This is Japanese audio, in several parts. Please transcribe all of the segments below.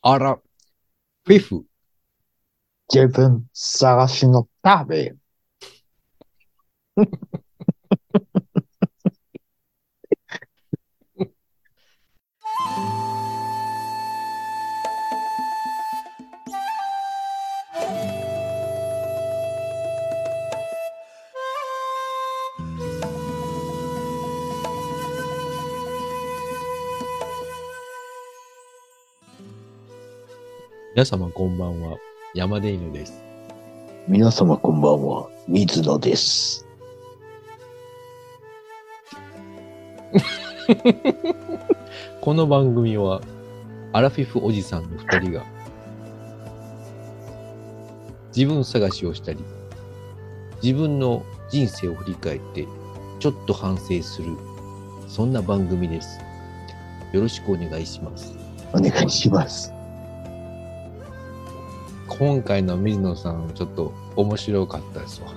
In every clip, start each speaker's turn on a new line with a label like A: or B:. A: あら、フェフ。
B: 自分探しの旅。
A: 皆様こんばんは。山出犬です。
B: 皆様こんばんは、水野です。
A: この番組は、アラフィフおじさんの二人が、自分探しをしたり、自分の人生を振り返って、ちょっと反省する、そんな番組です。よろしくお願いします。
B: お願い します。
A: 今回の水野さん、ちょっと面白かったですわ。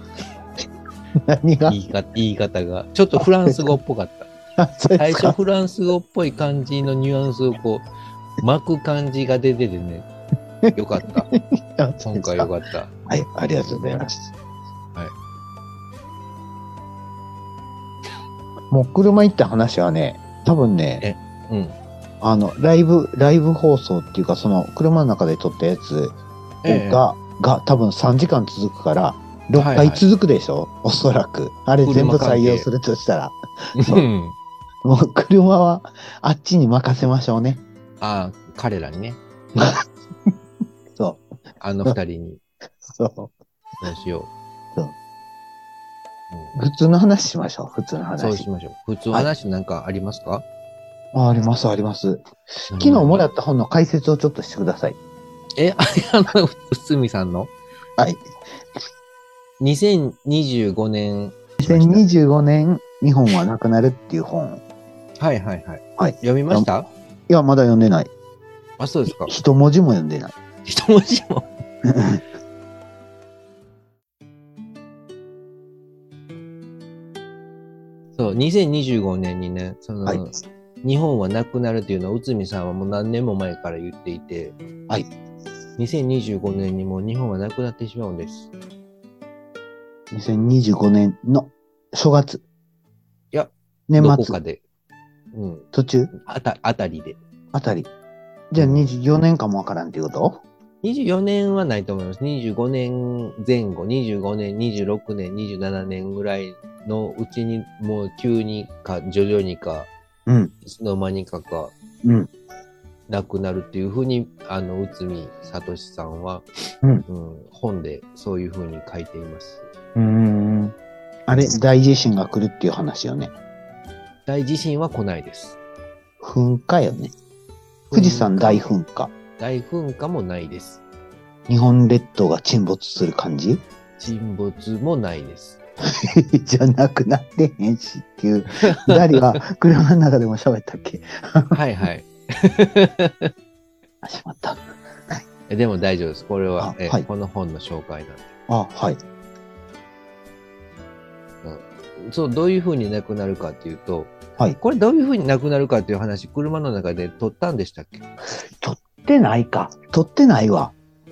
B: 何が
A: 言い方言い方が、ちょっとフランス語っぽかった。
B: そうで
A: 最
B: す
A: 初
B: か
A: フランス語っぽい感じのニュアンスをこう巻く感じが出てて ねよかった今回よ
B: は
A: かった
B: い、ありがとうございます。。
A: はい
B: もう車行った話はね、多分ね、
A: うん
B: あの、ライブ、ライブ放送っていうか、その、車の中で撮ったやつが、
A: ええ
B: が、多分3時間続くから、6
A: はい
B: 回
A: はい
B: 続くでしょ、 おそらく。あれ全
A: 車
B: 部
A: 関係
B: 採用するとしたら。
A: う
B: そうんもう車はあっちに任せましょうね。
A: ああ彼らにね
B: そ
A: あの二人に
B: う。そ
A: そうしよう
B: そうう。
A: うん
B: 普通の話しましょう。普通の話。
A: そうしましょう普通話なんかありますか
B: ああります、あります。
A: 昨
B: 昨日もらった本の解説をちょっとしてください。
A: えああの内海さんの
B: はい。
A: 2025年
B: 2025年、日本はなくなるっていう本。
A: はいはいはい、
B: はい
A: 読みました
B: いや、まだ読んでない。
A: あそうですか
B: 一文字も読んでない。
A: 一文字 もそう2025年にねその、
B: はい。
A: 日本はなくなるというのは内海さんはもう何年も前から言っていて、
B: はい、
A: 2025年にもう日本はなくなってしまうんです。
B: 2025年の正月。
A: いや、
B: 年
A: どこか
B: 末、
A: で。うん、
B: 途中
A: あたあたりで。
B: あたり。じゃあ24年間もわからんっていうこと
A: 24年はないと思います。25年前後、25年、26年、27年ぐらいのうちに、もう急にか、徐々にか、
B: うん。
A: いつの間にかか、
B: うん。
A: なくなるっていうふうに、あの、内海聡さんは、
B: うん
A: うん本でそういうふうに書いています。
B: うーん。あれ、大地震が来るっていう話よね。
A: 大地震は来ないです。
B: 噴火よね。富士山大噴火。
A: 大噴火もないです。
B: 日本列島が沈没する感じ
A: 沈没もないです。
B: じゃなくなってへんしっていう。ダリは車の中でも喋ったっけ
A: はいはい。
B: あ、しまった。
A: えでも大丈夫です。これは
B: あ、
A: え
B: はい
A: この本の紹介なんで。
B: あ、はい。
A: そう、どういうふうになくなるかっていうと、
B: はい
A: これどういうふうになくなるかっていう話、車の中で取ったんでしたっけ
B: 撮ってないか。撮ってないわ。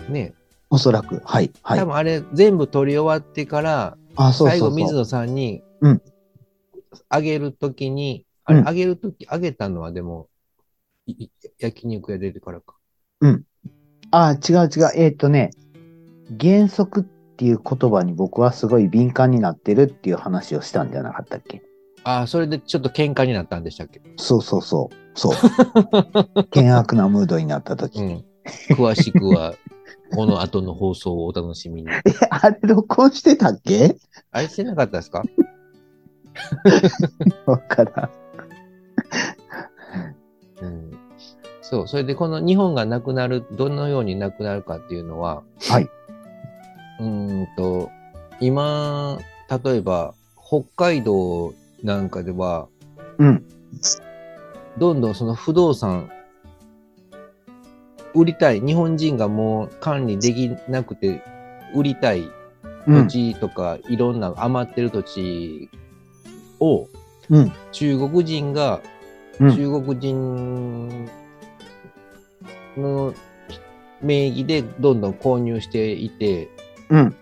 A: ね、
B: おそらく。はい。はい
A: 多。分あれ全部取り終わってから、
B: あ、そう
A: 最
B: そ
A: 後
B: う
A: 水
B: そう。
A: 野さんに
B: うん、
A: あげるときに、あれ、
B: うん
A: あげるとき、あげたのはでも、いい焼肉屋出てからか。
B: あ、違う違う。えーっ、とね、原則っていう言葉に僕はすごい敏感になってるっていう話をしたんじゃなかったっけ
A: ああ、それでちょっと喧嘩になったんでしたっけ
B: そうそうそう。 そう。険悪なムードになった時。
A: うん。詳しく は、この後の放送をお楽しみに。
B: えあれ録音してたっけ
A: あれしてなかったですか
B: わからん。
A: うん。そう。それで、この日本がなくなる、どのようになくなるかっていうのは、
B: はい。
A: うーんと、今、例えば、北海道なんかでは、
B: うん。
A: どんどんその不動産、売りたい。日本人がもう管理できなくて、売りたい
B: うん
A: 土。地とか、いろんな余ってる土地を
B: うん。
A: 中国人が、
B: うん
A: 中国人の名義でどんどん購入していて、
B: うん。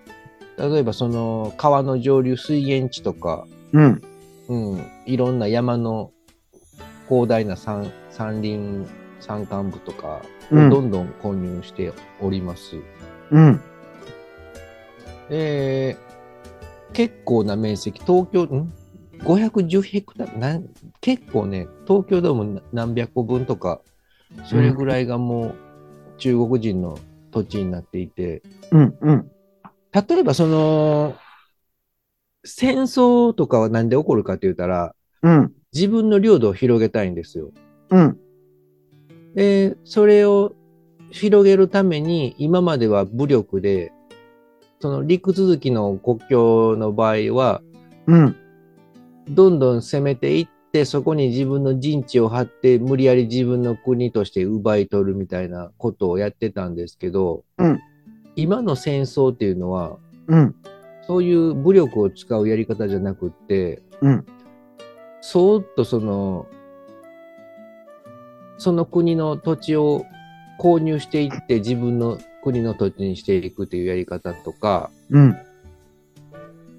A: 例えばその川の上流水源地とか、
B: うん。
A: うん、いろんな山の広大な山山林、山間部とかを
B: うん
A: どんどん購入しております。
B: うん。
A: で結構な面積、東京、ん510ヘクタールなん、結構ね、東京ドーム何百個分とか、それぐらいがもう中国人の土地になっていて、
B: うん。うん。
A: 例えばその、戦争とかはなんで起こるかって言ったら、
B: うん。
A: 自分の領土を広げたいんですよ。
B: うん。
A: で、それを広げるために、今までは武力で、その陸続きの国境の場合は、
B: うん。
A: どんどん攻めていって、そこに自分の陣地を張って、無理やり自分の国として奪い取るみたいなことをやってたんですけど、
B: うん
A: 今の戦争っていうのは、
B: うん。
A: そういう武力を使うやり方じゃなくって、
B: うん
A: そーっとその、その国の土地を購入していって自分の国の土地にしていくというやり方とか、
B: うん。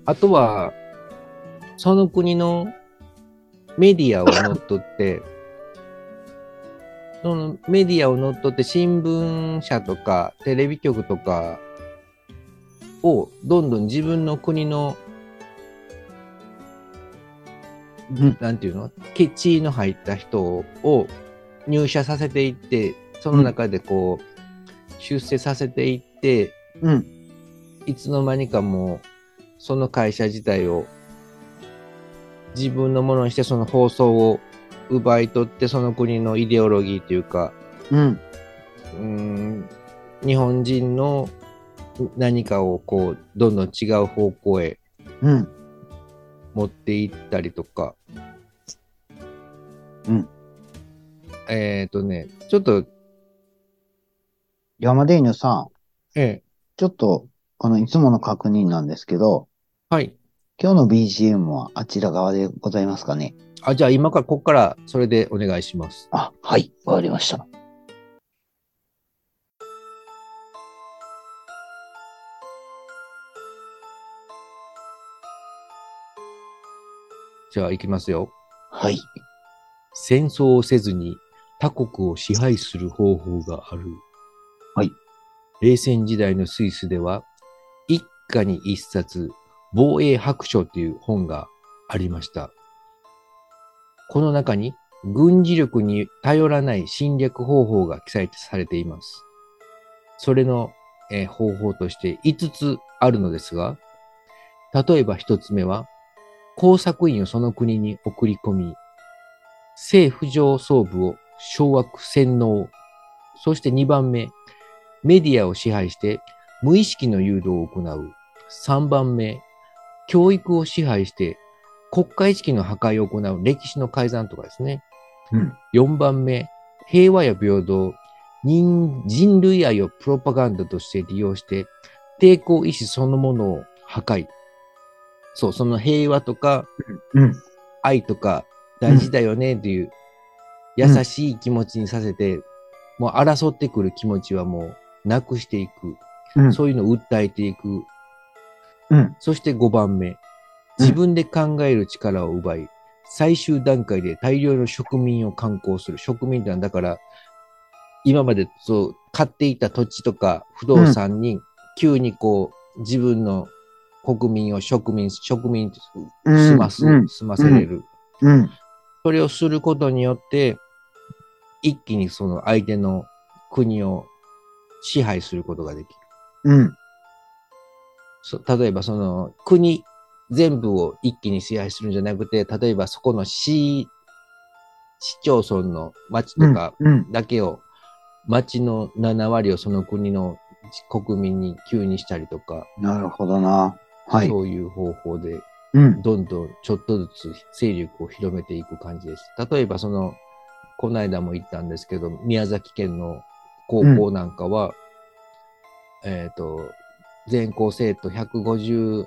A: あとは、その国のメディアを乗っ取って、そのメディアを乗っ取って新聞社とかテレビ局とかをどんどん自分の国の
B: うん。
A: なんていうの血地の入った人を入社させていって、その中でこう、出世させていって、
B: うん。
A: いつの間にかもう、その会社自体を自分のものにして、その放送を奪い取って、その国のイデオロギーというか、
B: うん。
A: うーん、日本人の何かをこう、どんどん違う方向へ
B: うん。
A: 持っていったりとか。
B: うん。
A: えっ、とね、ちょっと、
B: 山田犬さん、
A: ええ
B: ちょっと、このいつもの確認なんですけど、
A: はい。
B: 今日の BGM はあちら側でございますかね
A: あ、じゃあ今から、ここからそれでお願いします。
B: あ、はい、わかりました。
A: じゃあ行きますよ。
B: はい。
A: 戦争をせずに他国を支配する方法がある。
B: はい。
A: 冷戦時代のスイスでは、一家に一冊、防衛白書という本がありました。この中に、軍事力に頼らない侵略方法が記載されています。それの、えー方法として5つあるのですが、例えば1つ目は、工作員をその国に送り込み、政府上層部を掌握、洗脳。そして2番目、メディアを支配して無意識の誘導を行う。3番目、教育を支配して国家意識の破壊を行う歴史の改ざんとかですね。
B: うん。
A: 4番目、平和や平等、人人類愛をプロパガンダとして利用して、抵抗意志そのものを破壊。そう、その平和とか
B: うん。
A: 愛とか大事だよねっていう優しい気持ちにさせて、もう争ってくる気持ちはもうなくしていく。
B: うん。
A: そういうのを訴えていく。
B: うん。
A: そして5番目。自分で考える力を奪い、最終段階で大量の植民を観光する。植民団だから、今までそう、買っていた土地とか不動産に、急にこう、自分の国民を植民、植民と済ます、
B: うん。
A: 済ませれる。
B: うん。
A: それをすることによって、一気にその相手の国を支配することができる。
B: うん。
A: そ例えばその国全部を一気に支配するんじゃなくて、例えばそこの市、市町村の町とか
B: うん。
A: だけを、町の7割をその国の国民に急にしたりとか、
B: なるほどな。はい。
A: そういう方法で
B: うん。
A: どんどんちょっとずつ勢力を広めていく感じです。例えばその、この間も言ったんですけど、宮崎県の高校なんかは、えっ、と、全校生徒150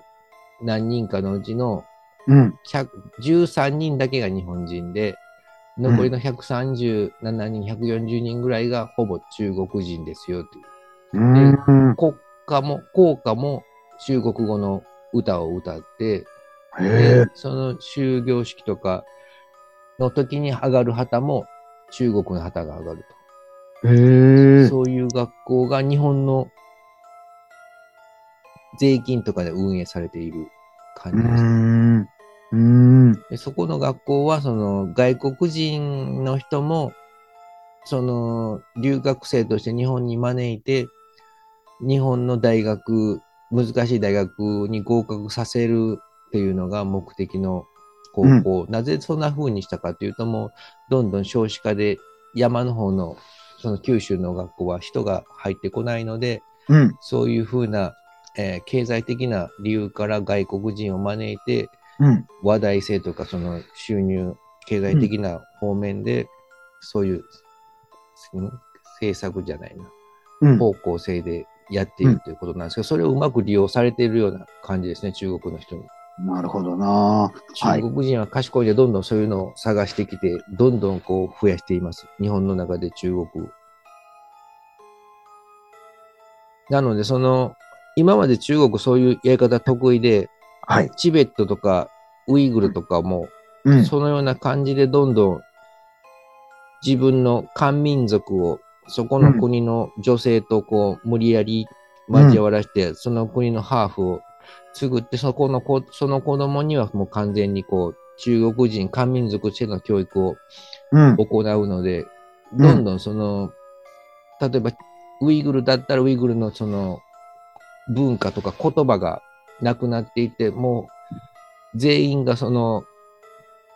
A: 何人かのうちの
B: うん。
A: 100 13人だけが日本人で、残りの137人、140人ぐらいがほぼ中国人ですよっていう。
B: うーん。
A: 国歌も、校歌も中国語の歌を歌って、
B: へ
A: で
B: え。
A: その終業式とかの時に上がる旗も中国の旗が上がると。
B: へえ。
A: そういう学校が日本の税金とかで運営されている感
B: うー
A: じです。
B: ん。うーん。
A: でそこの学校は、その外国人の人も、その留学生として日本に招いて、日本の大学、難しい大学に合格させるっていうのが目的の高校。なぜそんな風にしたかというと、もうどんどん少子化で山の方の、その九州の学校は人が入ってこないので、
B: うん。
A: そういう風な、えー経済的な理由から外国人を招いて、
B: うん。
A: 話題性とかその収入経済的な方面で、そういう、うん政策じゃないな
B: うん。
A: 方向性でやっているということなんですけど、それをうまく利用されているような感じですね中国の人に
B: なるほどな。は
A: 中
B: い。
A: 国人は賢いでどんどんそういうのを探してきてどんどんこう増やしています日本の中で中国をなのでその今まで中国そういうやり方得意で
B: はい。
A: チベットとかウイグルとかも
B: うん。
A: そのような感じでどんどん自分の漢民族をそこの国の女性とこう無理やり交わらして、その国のハーフを継ぐってそこの子その子供にはもう完全にこう中国人漢民族としての教育を
B: うん。
A: 行うので
B: うん
A: どんどんその、例えばウイグルだったらウイグルのその文化とか言葉がなくなっていってもう全員がその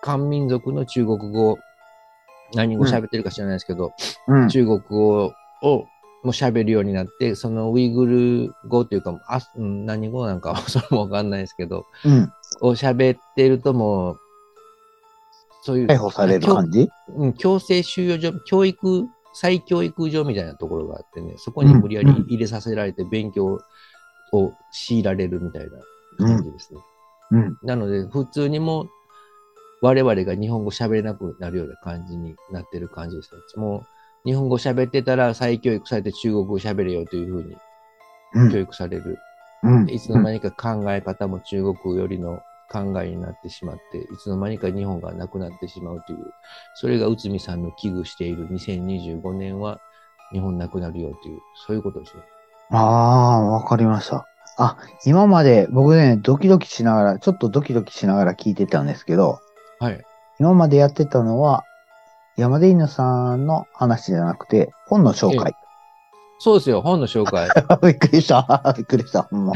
A: 漢民族の中国語何語喋ってるか知らないですけど、
B: うん。
A: 中国語をもう喋るようになってそのウイグル語というかあ、うん、何語なんかはそれもわかんないですけど
B: うん。
A: を喋ってるともうそういう
B: 逮捕される感じ
A: うん、強制収容所、教育、再教育所みたいなところがあってね、そこに無理やり
B: うんうん
A: 入れさせられて勉強を強いられるみたいな感じですね。
B: うん。
A: なので、普通にもう我々が日本語喋れなくなるような感じになってる感じですね。もう日本語喋ってたら再教育されて中国語喋れよというふうに
B: うん
A: 教。育される。
B: うん。
A: いつの間にか考え方も中国よりの考えになってしまって、いつの間にか日本がなくなってしまうという、それが内海さんの危惧している2025年は日本なくなるよという、そういうことですね。
B: ああ、わかりました。あ、今まで僕ね、ドキドキしながら、ちょっとドキドキしながら聞いてたんですけど、
A: はい。
B: 今までやってたのは、山田犬さんの話じゃなくて、本の紹介。
A: そうですよ、本の紹 介。
B: びっくりした。 びっくりした。ほんま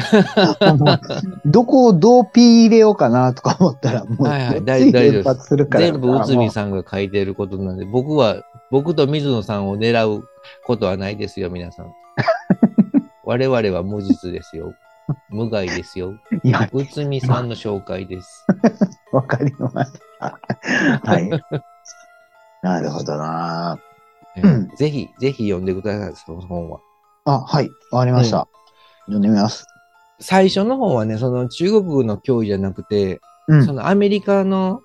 B: もうどこをどうピー入れようかなとか思ったら、もう、
A: はいはい
B: つい
A: 大大丈夫です
B: 連発するから。
A: 全部内海
B: さ
A: さんが書いていることなんで、僕は、僕と水野さんを狙うことはないですよ、皆さ ん。我々は無実ですよ。無害ですよ。
B: ん。いや、
A: 内海さんの紹介 です。
B: わかりました。 はい。なるほどな。
A: え
B: うん
A: ーぜひ、ぜひ読んでください、その本は。
B: あ、はい。わかりました。読んでみます。
A: 最初の方はね、その中国の脅威じゃなくて、
B: うん
A: そ。のアメリカの、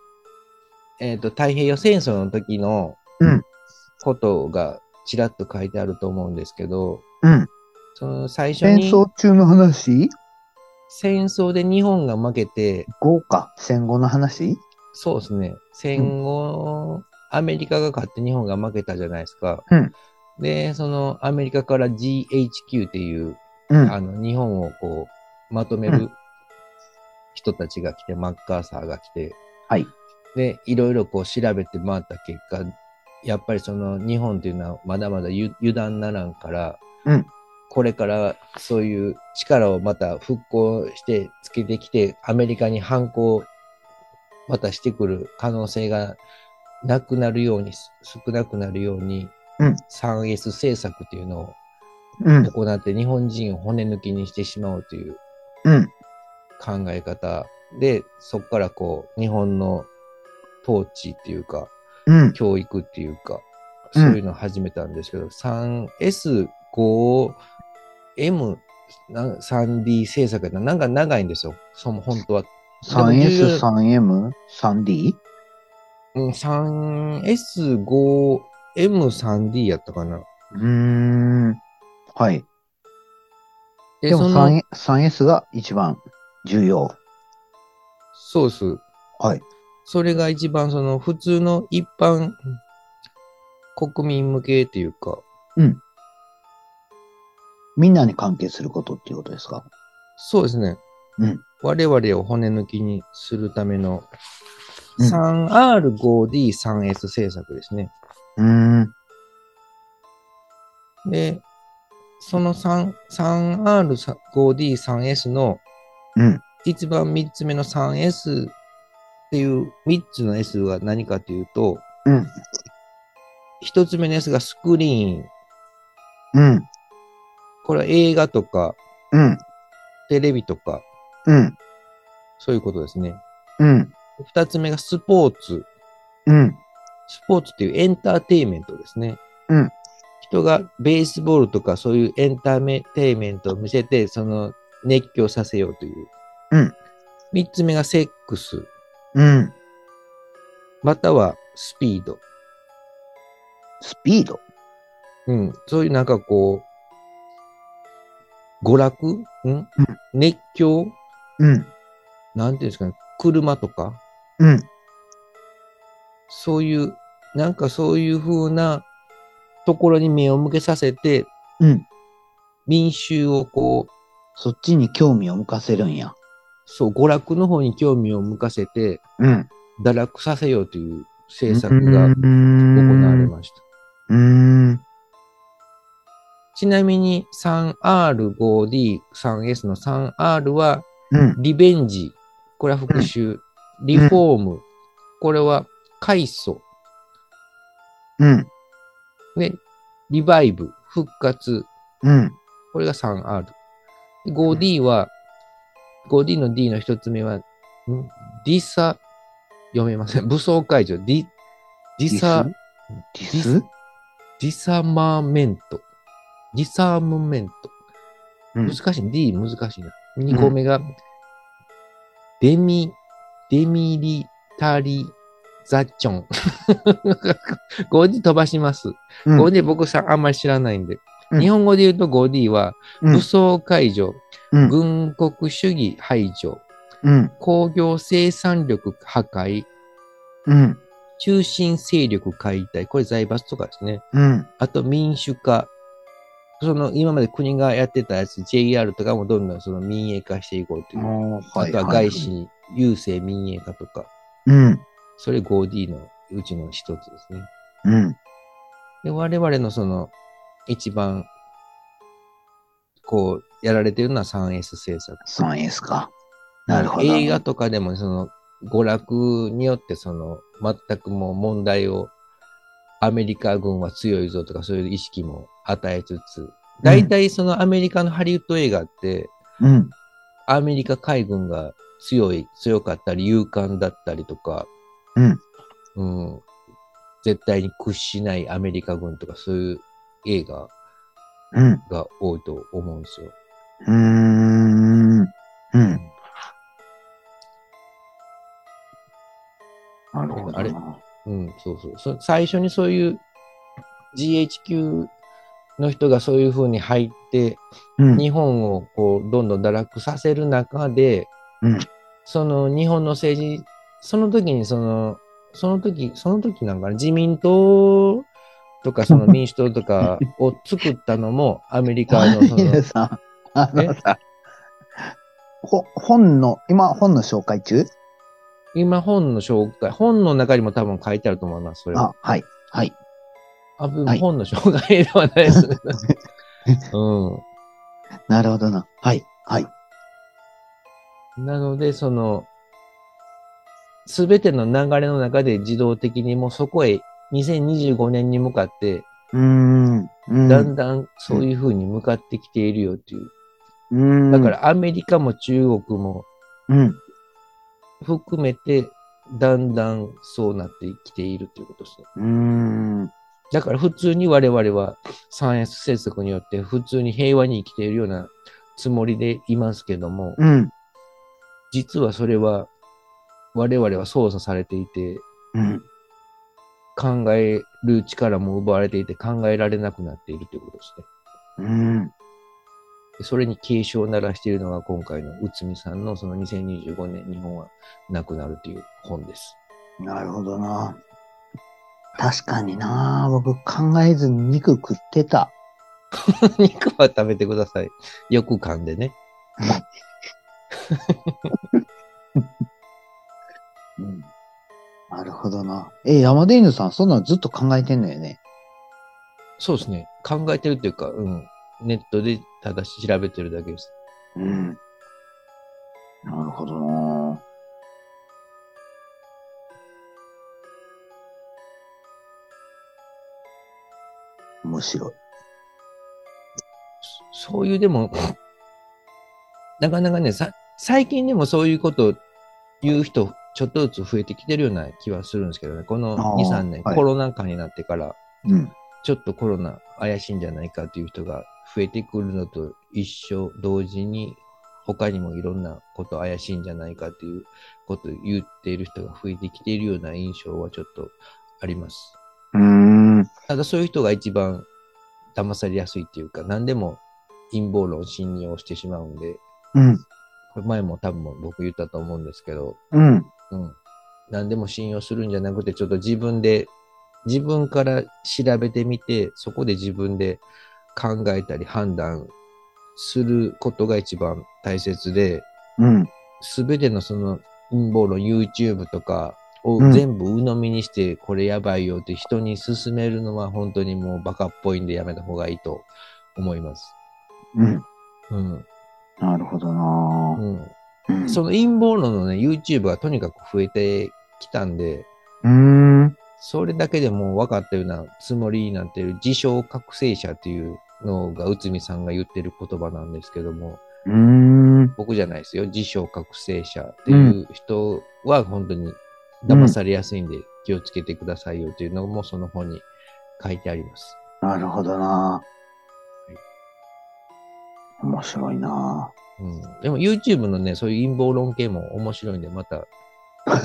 A: えっ、と、太平洋戦争の時の
B: うん
A: ことがちらっと書いてあると思うんですけど、
B: うん。
A: その最初
B: 戦
A: に
B: 争中の話
A: 戦争で日本が負けて、
B: 豪華。戦後の話
A: そうですね、戦後、アメリカが勝って日本が負けたじゃないですか。
B: うん
A: で、そのアメリカから GHQ っていう
B: うん。
A: あの、日本をこう、まとめる人たちが来て、マッカーサーが来て、
B: はい。
A: で、いろいろこう調べて回った結果、やっぱりその日本というのはまだまだゆ油断ならんから、
B: うん
A: これからそういう力をまた復興してつけてきて、アメリカに反抗をまたしてくる可能性がなくなるように、少なくなるように、
B: うん、
A: 3S 政策というのを
B: うん。
A: 行って日本人を骨抜きにしてしまおうという
B: うん。
A: 考え方で、そこからこう、日本の統治っていうか、
B: うん。
A: 教育っていうか、
B: う
A: そ
B: ん
A: ういうのを始めたんですけど、3S、5、M、な 3D 政策やな、なんか長いんですよ。その本当は。でも重要
B: 3S、3M、3D?
A: うん 3S5M3D やったかな。
B: うーん。はい。
A: で、
B: でも
A: その、
B: 3 3S が一番重要。
A: そうっす。
B: はい。
A: それが一番その普通の一般国民向けっていうか、
B: みんなに関係することっていうことですか
A: そうですね。
B: うん
A: 我々を骨抜きにするための
B: うん
A: 3R5D3S 政策ですね。
B: うーん。
A: で、その 3- 3R5D3S の
B: うん。
A: 一番三つ目の 3S っていう三つの S は何かというと、
B: うん。
A: 一つ目の S がスクリーン。
B: うん。
A: これは映画とか
B: うん。
A: テレビとか
B: うん。
A: そういうことですね。
B: うん。
A: 二つ目がスポーツ。
B: うん。
A: スポーツっていうエンターテイメントですね。
B: うん。
A: 人がベースボールとかそういうエンターテイメントを見せて、その熱狂させようという。
B: うん。
A: 三つ目がセックス、
B: うん。
A: またはスピード。
B: スピード。
A: うん。そういうなんかこう、娯楽ん、熱狂
B: うん。
A: なんていうんですかね。車とか
B: うん。
A: そういう、なんかそういう風なところに目を向けさせて、
B: うん。
A: 民衆をこう、
B: そっちに興味を向かせるんや。
A: そう、娯楽の方に興味を向かせて、
B: うん。
A: 堕落させようという政策が行わ
B: わ
A: れました。
B: うーん。
A: ちなみに 3R5D3S の 3R は、
B: うん。
A: リベンジ、これは復讐、リフォーム、これは改祖、
B: うん。
A: ね、リバイブ、復活、
B: うん。
A: これが 3R。5D は、5D の D の一つ目は、んディサ、読めません。 武装解除、ディ、ディサ、
B: ディス
A: ディサマーメント。ディサームメント。
B: うん
A: 難しい。D 難しいな。2個目が、デミ、デミリタリザチョン。5D 飛ばします。
B: うん
A: 5D 僕さ、あんまり知らないんで。
B: うん
A: 日本語で言うと 5D は、
B: うん
A: 武装解除、
B: うん
A: 軍国主義排除、
B: うん。
A: 工業生産力破壊、
B: うん。
A: 中心勢力解体、これ財閥とかですね。
B: うん。
A: あと民主化。その今まで国がやってたやつ、JR とかもどんどんその民営化していこうという。あとは外資、郵政民営化とか。
B: うん。
A: それ 5D のうちの一つですね。
B: うん。
A: で、我々のその一番こうやられてるのは 3S 政策。
B: 3S か。なるほど。
A: 映画とかでも、その、娯楽によって、その、全くもう問題を、アメリカ軍は強いぞとか、そういう意識も与えつつ、大体そのアメリカのハリウッド映画って、
B: うん。
A: アメリカ海軍が強い、強かったり、勇敢だったりとか、
B: うん。
A: うん。絶対に屈しないアメリカ軍とか、そういう映画
B: うん。
A: が多いと思うんですよ。
B: うん。うん。なるほど。
A: うん、そうそうそ。最初にそういう GHQ の人がそういう風に入って、
B: うん。
A: 日本をこう、どんどん堕落させる中で、
B: うん
A: その日本の政治、その時にその、その時、その時なんかな、自民党とかその民主党と かを作ったのもアメリカのその、
B: さん、あのさ、ほ本の、今本の紹介中
A: 今本の紹介、本の中にも多分書いてあると思います、それは。
B: あ、はい。はい。
A: あ、
B: はい
A: 本の紹介ではないですね。うん。
B: なるほどな。はい。はい。
A: なので、その、すべての流れの中で自動的にもうそこへ2025年に向かって、
B: うーん。うん
A: だんだんそういうふうに向かってきているよっていう。
B: うん。
A: だか、らアメリカも中国も
B: うん。
A: 含めて、だんだんそうなってきているということですね。
B: うーん。
A: だから普通に我々は 3S 政策によって普通に平和に生きているようなつもりでいますけども、
B: うん。
A: 実はそれは我々は操作されていて、
B: うん。
A: 考える力も奪われていて考えられなくなっているということですね。
B: うん。
A: でそれに警鐘を鳴らしているのが今回の内海さんのその2025年日本はなくなるという本です。
B: なるほどな。確かにな。僕考えずに肉食ってた。
A: 肉は食べてください。よく噛んでね。
B: うん。なるほどな。え、山田犬さん、そんなのずっと考えてんのよね。
A: そうですね。考えてるというか、うん。ネットでただし調べてるだけです。
B: うん。なるほどな。面白い。
A: そそういうでも、なかなかね、さ最近でもそういうことを言う人、ちょっとずつ増えてきてるような気はするんですけどね、この
B: あー
A: 2、3年、
B: はい
A: コロナ禍になってから、
B: うん。
A: ちょっとコロナ怪しいんじゃないかという人が増えてくるのと一緒、同時に、他にもいろんなこと怪しいんじゃないかということを言っている人が増えてきているような印象はちょっとあります。
B: うーん。
A: ただそういう人が一番騙されやすいっていうか、何でも陰謀論信用してしまうんで、
B: うん。
A: これ前も多分僕言ったと思うんですけど、
B: うん。
A: うん。何でも信用するんじゃなくて、ちょっと自分で、自分から調べてみて、そこで自分で考えたり判断することが一番大切で、
B: うん。
A: すべてのその陰謀論 YouTube とかを
B: うん
A: 全部鵜呑みにして、これやばいよって人に勧めるのは本当にもうバカっぽいんでやめた方がいいと思います。
B: うん。
A: うん。
B: なるほどな。
A: うん。
B: うん
A: その陰謀論のね、YouTube がとにかく増えてきたんで、
B: うーん。
A: それだけでもう分かったようなつもりになっている自称覚醒者っていうのが内海さんが言ってる言葉なんですけども、
B: うーん。
A: 僕じゃないですよ。自称覚醒者っていう人は本当に騙されやすいんで気をつけてくださいよっていうのもその本に書いてあります。
B: なるほどな。面白いな。
A: うん、でも YouTube のね、そういう陰謀論系も面白いんで、また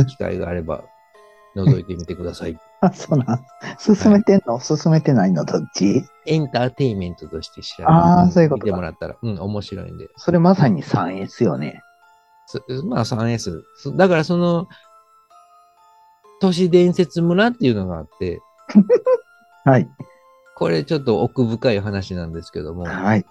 A: 機会があれば覗いてみてくださ い。
B: あ、そうなん。進めてんの、進めてないのどっち
A: エンターテインメントとして調べて
B: あーそういうこと
A: 見て
B: か
A: もらったら、うん、面白いんで。
B: それまさに 3S よね。
A: そまあ 3S。そだからその、都市伝説村っていうのがあって、
B: はい。
A: これちょっと奥深い話なんですけども、
B: はい。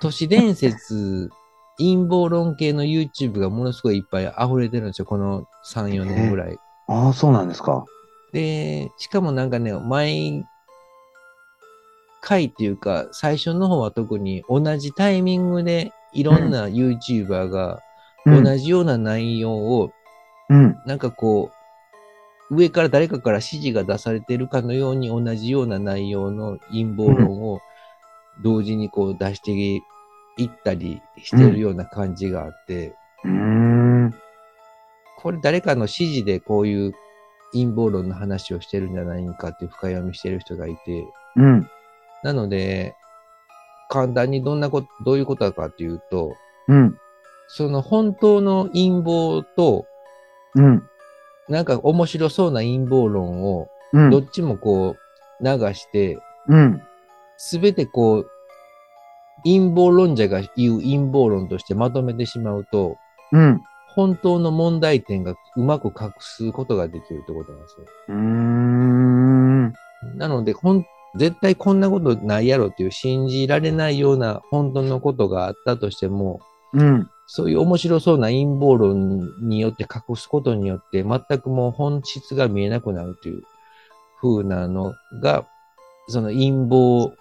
A: 都市伝説、陰謀論系の YouTube がものすごいいっぱい溢れてるんですよ、この3、4年ぐらい。
B: ああ、そうなんですか。
A: で、しかもなんかね、毎回っていうか、最初の方は特に同じタイミングでいろんな YouTuber が同
B: うん。
A: じような内容を
B: うん。
A: なんかこう、上から誰かから指示が出されてるかのように同じような内容の陰謀論を同時にこう出していったりしてるような感じがあって、
B: うーん。
A: これ誰かの指示でこういう陰謀論の話をしてるんじゃないかっていう深読みしてる人がいて、
B: うん。
A: なので、簡単にどんなこと、どういうことかっていうと、
B: うん。
A: その本当の陰謀と、
B: うん。
A: なんか面白そうな陰謀論を
B: う
A: ど
B: ん。
A: っちもこう流して、
B: うん。
A: すべてこう、陰謀論者が言う陰謀論としてまとめてしまうと、
B: うん。
A: 本当の問題点がうまく隠すことができるってことなんですよ。
B: うーん。
A: なので、ほん、絶対こんなことないやろっていう信じられないような本当のことがあったとしても、
B: うん。
A: そういう面白そうな陰謀論によって隠すことによって、全くもう本質が見えなくなるという風なのが、その陰謀、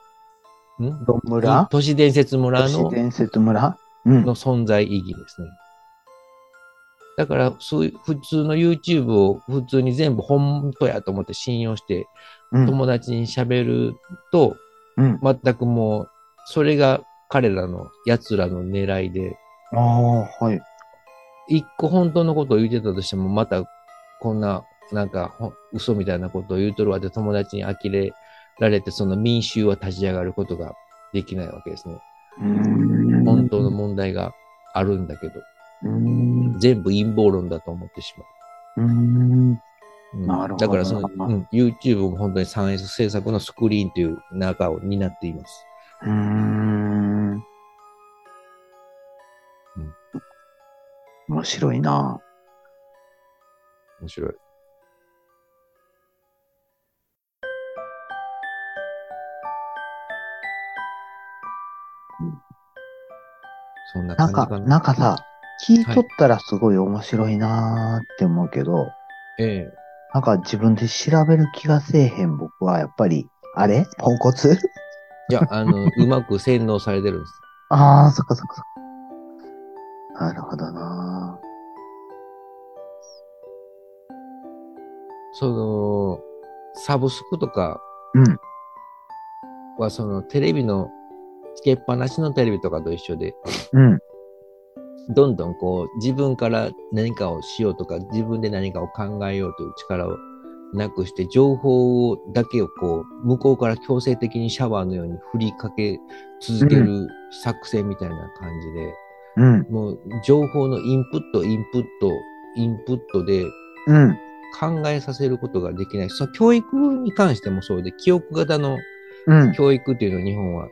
A: ん
B: どんぶら
A: 都市伝説村
B: 都
A: の
B: 市伝説村うん。
A: の存在意義ですね。だから、そういう普通の YouTube を普通に全部本当やと思って信用して、
B: うん。
A: 友達に喋ると、
B: うん。
A: 全くもう、それが彼らの、奴らの狙いで、
B: ああ、はい。
A: 一個本当のことを言ってたとしても、またこんな、なんかほん、嘘みたいなことを言うとるわで友達に呆れられて、その民衆は立ち上がることができないわけですね。
B: うーん
A: 本当の。問題があるんだけど、
B: うーん。う
A: 全部陰謀論だと思ってしまう。
B: ーん。
A: うん
B: なるほど
A: だからその、うん、YouTube も本当に 3S 制作のスクリーンという中を担っています。
B: うーん。面白いな
A: 面白い。そんな感
B: な
A: じ
B: んか
A: かな。、
B: なんかさ、聞いとったらすごい面白いなーって思うけど、
A: ええ、
B: なんか自分で調べる気がせえへん僕はやっぱり、あれポンコツ
A: いや、あの、うまく洗脳されてるんです。
B: ああ、そっかそっかそっか。なるほどな
A: その、サブスクとか
B: ーうん。
A: は、その、テレビの、つけっぱなしのテレビとかと一緒で、
B: うん。
A: どんどんこう、自分から何かをしようとか、自分で何かを考えようという力をなくして、情報をだけをこう、向こうから強制的にシャワーのように振りかけ続け
B: う
A: る作戦みたいな感じで、
B: うん。
A: もう、情報のインプット、インプット、インプットで、
B: うん。
A: 考えさせることができない。その教育に関してもそうで、記憶型の
B: うん。
A: 教育っていうのを日本は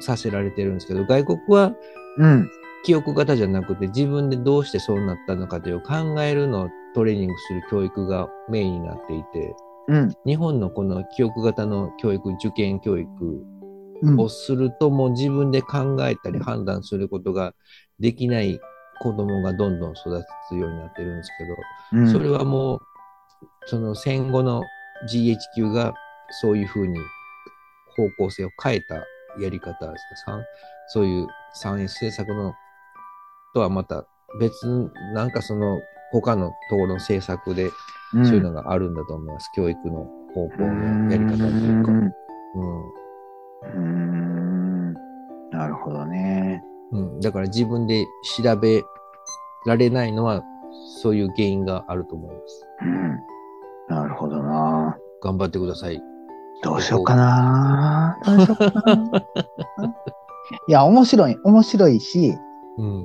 A: させられてるんですけど、外国は
B: うん。
A: 記憶型じゃなくて自分でどうしてそうなったのかという考えるのをトレーニングする教育がメインになっていて、
B: うん。
A: 日本のこの記憶型の教育、受験教育
B: うん。
A: をするともう自分で考えたり判断することができない子供がどんどん育つようになってるんですけど、
B: うん
A: それはもう、その戦後の GHQ がそういうふうに方向性を変えたやり方ですか、さんそういう 3S 政策のとはまた別に、なんかその他のところの政策で
B: う
A: そういうんのがあるんだと思います。教育の方向のやり方というか。うん
B: うーんなるほどね。
A: うん、だから自分で調べられないのはそういう原因があると思います。
B: うん。なるほどな。
A: 頑張ってください。
B: どうしようかな。どうしようか な。いや、面白い、面白いし、
A: うん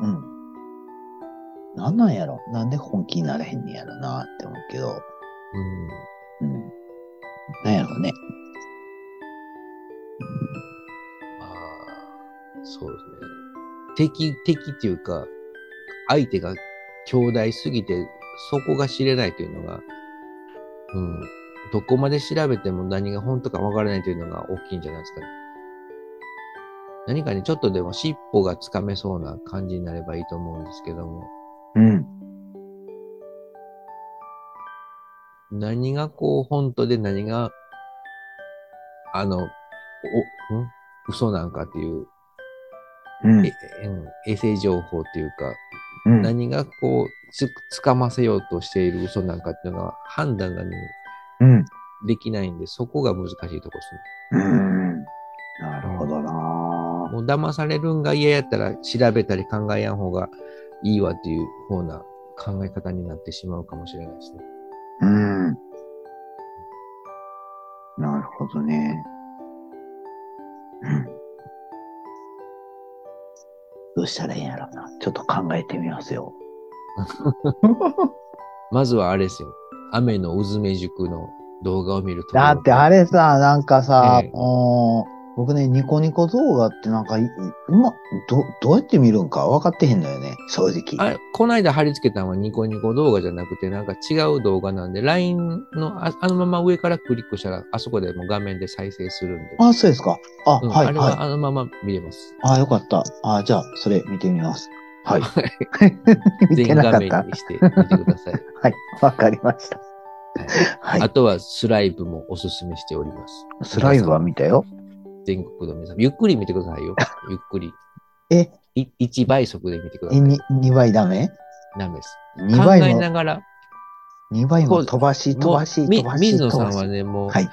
B: うん。なんなんやろなんで本気になれへんねやろなって思うけど、
A: うん
B: うん。なんやろね。
A: まあ、そうですね。敵、敵っていうか、相手が強大すぎて、そこが知れないというのが、うん、どこまで調べても何が本当かわからないというのが大きいんじゃないですかね。何かにちょっとでも尻尾がつかめそうな感じになればいいと思うんですけども、
B: うん。
A: 何がこう本当で何が、あの、お、ん嘘なんかっていう、
B: うん
A: え、うん衛星情報っていうか、
B: うん。
A: 何がこうつつかませようとしている嘘なんかっていうのは判断が、ね、
B: うん。
A: できないんでそこが難しいとこですね。
B: うん。なるほどな。
A: もう騙されるんが嫌やったら調べたり考えやん方がいいわっていうような考え方になってしまうかもしれないですね。
B: うん。なるほどね。うん。どうしたらいいんやろな。ちょっと考えてみますよ。
A: まずはあれですよ。雨のうずめ塾の動画を見ると。
B: だってあれさ、なんかさ、
A: ええ
B: もう、僕ね、ニコニコ動画ってなんかい、うま、ど、どうやって見るんか分かってへんのよね、
A: あ
B: 正直。
A: れ、こないだ貼り付けたのはニコニコ動画じゃなくて、なんか違う動画なんで、LINE のああのまま上からクリックしたら、あそこでもう画面で再生するんで、
B: あ、そうですか。あ、
A: うん
B: は
A: あ
B: い、
A: れ
B: はい
A: は。あのまま見れます。
B: あ、よかった。あ、じゃあ、それ見てみます。はい。 見
A: 全
B: てな
A: 画
B: かっ
A: 面
B: た。
A: にして見てくださ い。
B: はい、わかりました。はい。
A: あとはスライブもおすすめしております。
B: スライブは見たよ。
A: 全国の皆さん、ゆっくり見てくださいよ。ゆっくり。
B: え
A: い一倍速で見てくださ
B: え、
A: い。
B: に2倍ダメ
A: ダメです。
B: ?2
A: 考え
B: 倍
A: な
B: も、
A: がら、
B: 2倍
A: こ
B: も
A: う
B: 飛ばし、飛ばし、
A: み
B: 飛ばし。
A: 水野さん
B: 飛ば
A: は
B: し
A: ね、もう、
B: はい。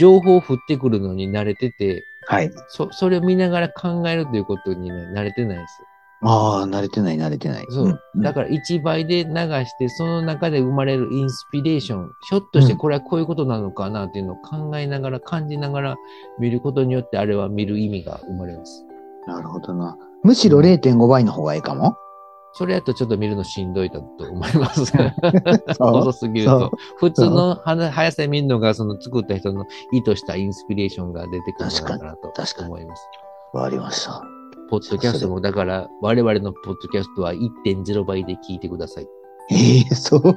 A: 情報を振ってくるのに慣れてて、
B: はい。
A: そそれを見ながら考えるということに、ね、慣れてないです。
B: ああ、慣れてない、慣れてない。
A: そう。だから1倍で流して、その中で生まれるインスピレーション、ひょっとしてこれはこういうことなのかなっていうのを考えながら、感じながら見ることによって、あれは見る意味が生まれます。
B: ら。なるほどな。むしろ0.5倍の方がいいかも。
A: それやとちょっと見るのしんどいだと思います。
B: そう
A: 遅すぎると。普通の花速さで見るのが、その作った人の意図したインスピレーションが出てくるのかなと
B: 確かに
A: 思います。
B: わかりました。
A: ポッドキャストも、だから、我々のポッドキャストは1.0倍で聞いてください。う
B: えー、そう。
A: ん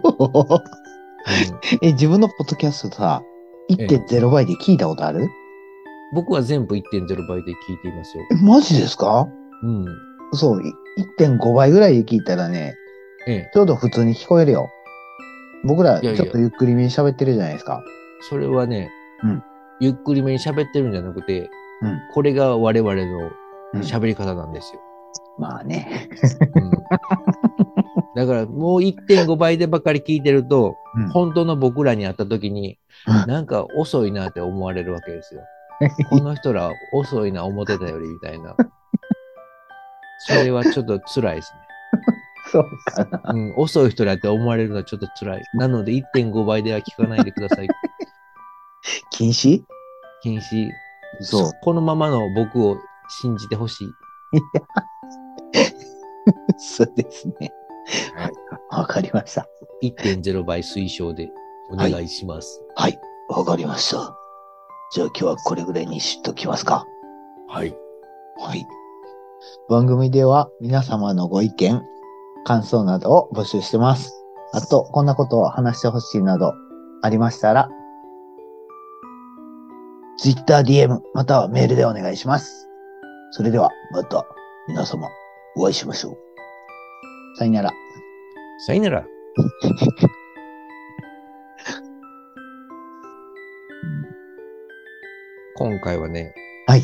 B: え、自分のポッドキャストさ、1.0倍で聞いたことある
A: 僕は全部1.0倍で聞いていますよ。
B: え、マジですか
A: うん。
B: そう、い1.5倍ぐらいで聞いたらね、
A: ええ。
B: ちょうど普通に聞こえるよ。僕ら
A: いやいや
B: ちょっとゆっくりめに喋ってるじゃないですか。
A: それはね、
B: うん
A: ゆっくりめに喋ってるんじゃなくて、
B: うん
A: これが我々の
B: うん
A: 喋り方なんですよ。
B: まあね。
A: うん だからもう1.5倍でばかり聞いてると、
B: うん
A: 本当の僕らに会った時に
B: うん、
A: なんか遅いなって思われるわけ ですよ。この人ら遅いな、思ってたよりみたいな。それはちょっと辛いですね。
B: そうか な。
A: うん、遅い人らって思われるのはちょっと辛い。なので1.5倍では聞かないでください。
B: 禁止
A: 禁止。
B: そう。
A: このままの僕を信じてほしい。
B: そうですね。
A: はい
B: わかりました。
A: 1.0倍推奨でお願いします。
B: はい。わかりました。じゃあ今日はこれぐらいにしときますか。
A: はい。
B: はい。番組では皆様のご意見、感想などを募集してます。あと、こんなことを話してほしいなどありましたら、Twitter、DM、またはメールでお願いします。それでは、また皆様お会いしましょう。さよなら。
A: さよな ら。今回はね、
B: はい。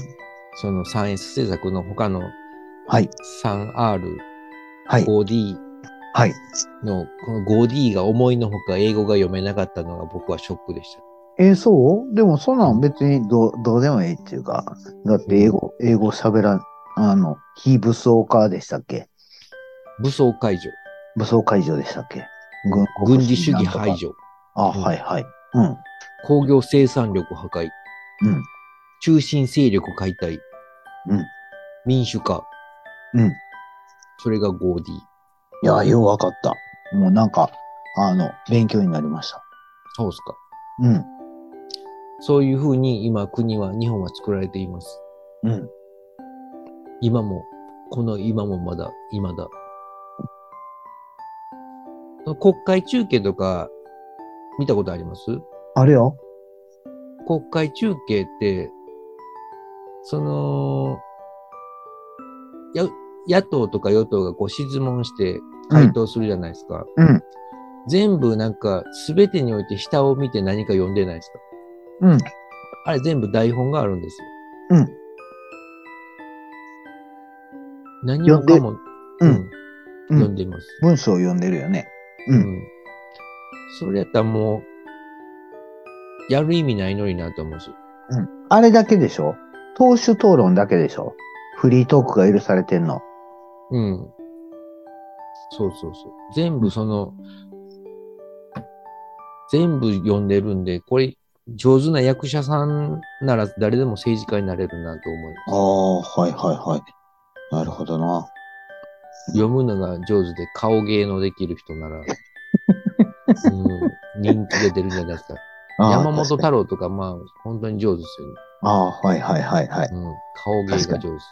A: その 3S 制作の他の
B: はい。
A: 3R、
B: はい。
A: 5D
B: はい。
A: の、この 5D が思いのほか英語が読めなかったのが僕はショックでした。
B: えーそうでもそんなん別にどうどうでもええっていうか、だって英語、英語喋らん、あの、非武装化でしたっけ
A: 武装解除。
B: 武装解除でしたっけ
A: 軍事主義排。除。
B: あ、
A: うん
B: はいはい。うん。
A: 工業生産力破壊。
B: うん。
A: 中心勢力解体。
B: うん。
A: 民主化。
B: うん。
A: それが 5D。
B: いや、ようわかった。もうなんか、あの、勉強になりました。
A: そうですか。
B: うん。
A: そういうふうに今国は、日本は作られています。
B: うん。
A: 今も、この今もまだ、今だ。国会中継とか、見たことあります
B: あれよ。
A: 国会中継って、その、や野党とか与党がこう質問して回答するじゃないですか。
B: うん。
A: 全部なんか、すべてにおいて下を見て何か読んでないですか。
B: うん。
A: あれ全部台本があるんですよ。
B: うん。
A: 何もかも、
B: う
A: うん
B: ん。う
A: 読ん
B: ん。
A: でいます。
B: 文章を読んでるよね。う。
A: うんん。それやったらもう、やる意味ないのになと思うんですよ。
B: うん。あれだけでしょ党首討論だけでしょフリートークが許されてんの。
A: うん。そうそうそう。全部その、全部読んでるんで、これ、上手な役者さんなら誰でも政治家になれるなと思います
B: ああ、はいはいはい。なるほどな。
A: 読むのが上手で顔芸のできる人なら、うん、人気が出るんじゃないですか。
B: あー
A: 山本
B: 確かに
A: 太郎とか、まあ、本当に上手ですよね。
B: ああ、はいはいはいはい。
A: うん、顔芸が上手。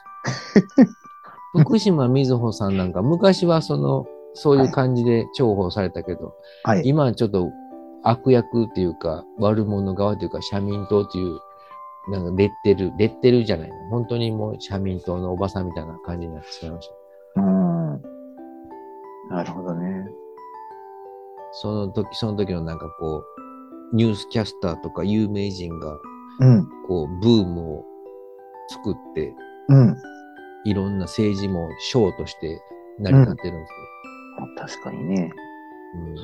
A: 福島みずほさんなんか、昔はその、そういう感じで重宝されたけど、
B: はい。
A: 今はちょっと悪役っていうか、悪者側というか、社民党という、なんかレッテル、レッテルじゃないの。本当にもう社民党のおばさんみたいな感じになってしまいました。
B: うーん。なるほどね。
A: その時、その時のなんかこう、ニュースキャスターとか有名人が、
B: うん。
A: こう、ブームを作って、
B: うん。
A: いろんな政治もショーとして成り立ってるんです
B: 確かにね。
A: よ。うん
B: ね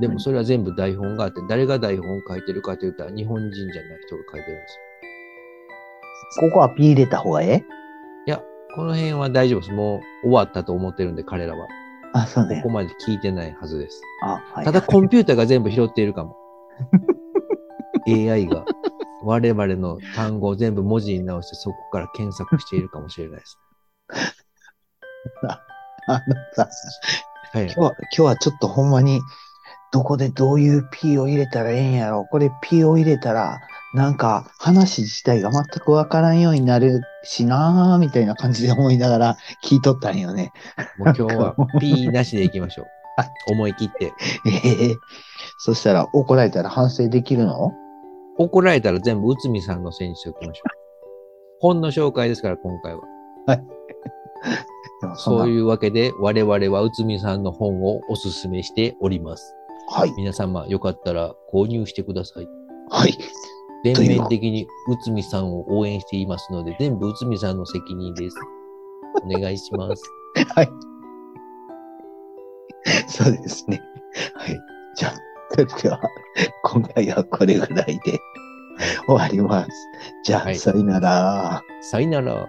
A: でもそれは全部台本があって、誰が台本を書いてるかというと、日本人じゃない人が書いてるんです
B: ここはピー入れた方がええ
A: よ。この辺は大丈夫です。もう終わったと思ってるんで、彼らは。
B: あ、そう
A: こ
B: ね
A: こ。まで聞いてないはずです。
B: あ、はい。
A: ただコンピューターが全部拾っているかも。AI が我々の単語を全部文字に直してそこから検索しているかもしれないです。
B: あのさ、
A: はい。
B: 今日は、今日はちょっとほんまに、どこでどういう P を入れたらええんやろ。これ P を入れたら、なんか話自体が全くわからんようになるしなーみたいな感じで思いながら聞いとったんよね。
A: もう今日は P なしでいきましょう。思い切って。
B: ええ そしたら怒られたら反省できるの
A: 怒られたら全部内海さんのせいにしておきましょう。本の紹介ですから、今回は。
B: でもそんな
A: そういうわけで、我々は内海さんの本をおすすめしております。
B: はい。
A: 皆様、よかったら購入してください。
B: はい。
A: 全面的に内海さんを応援していますので、全部内海さんの責任です。お願いし ます。
B: そうですね。はい。じゃあ、それでは、今回はこれぐらいで終わります。じゃあ、
A: はい
B: さよな ら。
A: さよなら。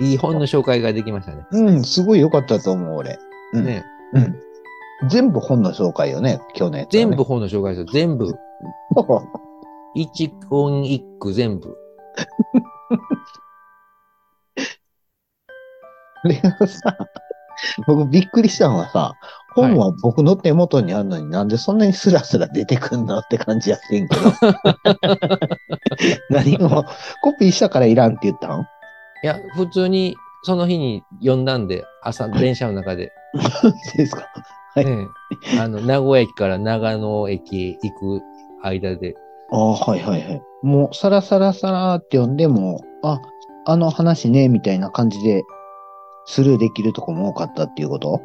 A: いい本の紹介ができましたね。
B: うん、すごい良かったと思う、俺。うん
A: ね
B: うん。全部本の紹介よね、今日のやつ、
A: 全 部。本の紹介ですよ。全部。一音一句全部。
B: これがさ、僕びっくりしたのはさ、本は僕の手元にあるのになんでそんなにスラスラ出てくんのって感じやって んけど。何も、コピーしたからいらんって言ったん
A: いや、普通にその日に読んだんで、朝、電車の中で。
B: ですかはい
A: ねあの、名古屋駅から長野駅へ行く間で。
B: ああ、はいはいはい。もう、サラサラサラって読んでも、あ、あの話ね、みたいな感じで、スルーできるとこも多かったっていうこと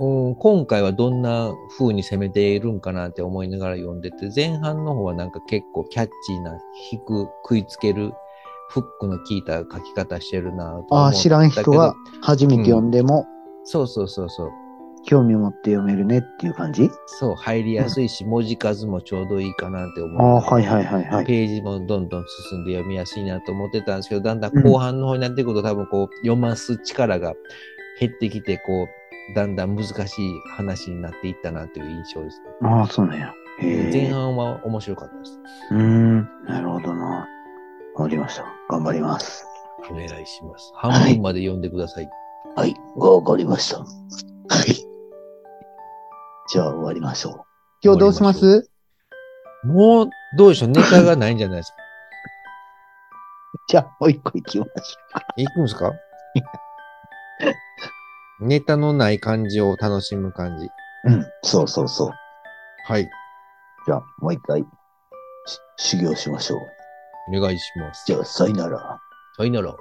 A: うん、今回はどんな風に攻めているんかなって思いながら読んでて、前半の方はなんか結構キャッチーな、引く、食いつける、フックの効いた書き方してるなと思ったけど
B: ああ、知らん人は。初めて読んでも、
A: そうそうそうそう。
B: 興味持って読めるねっていう感じ、
A: そう、入りやすいし、文字数もちょうどいいかなって思う。
B: ああ、はいはいはいはい。
A: ページもどんどん進んで読みやすいなと思ってたんですけど、だんだん後半の方になってくると、多分こう、読ます力が減ってきて、こう、だんだん難しい話になっていったなという印象です
B: ああ、そうなんや。
A: ね。
B: へ
A: 前
B: え。
A: 半は面白かったです。
B: うーん、なるほどな。わかりました。頑張ります。
A: お願いします。半分まで読んでください。
B: はい、わかりました。はい。じゃあ終わりましょう。今日どうします
A: 終もう、どうでしょうネタがないんじゃないですか
B: じゃあもう一個行きましょう。
A: いくんですか ネタのない感じを楽しむ感じ。
B: うん、そうそうそう。
A: はい。
B: じゃあ、もう一回、し修行しましょう。
A: お願いします。
B: じゃあ、さよなら。
A: さよなら。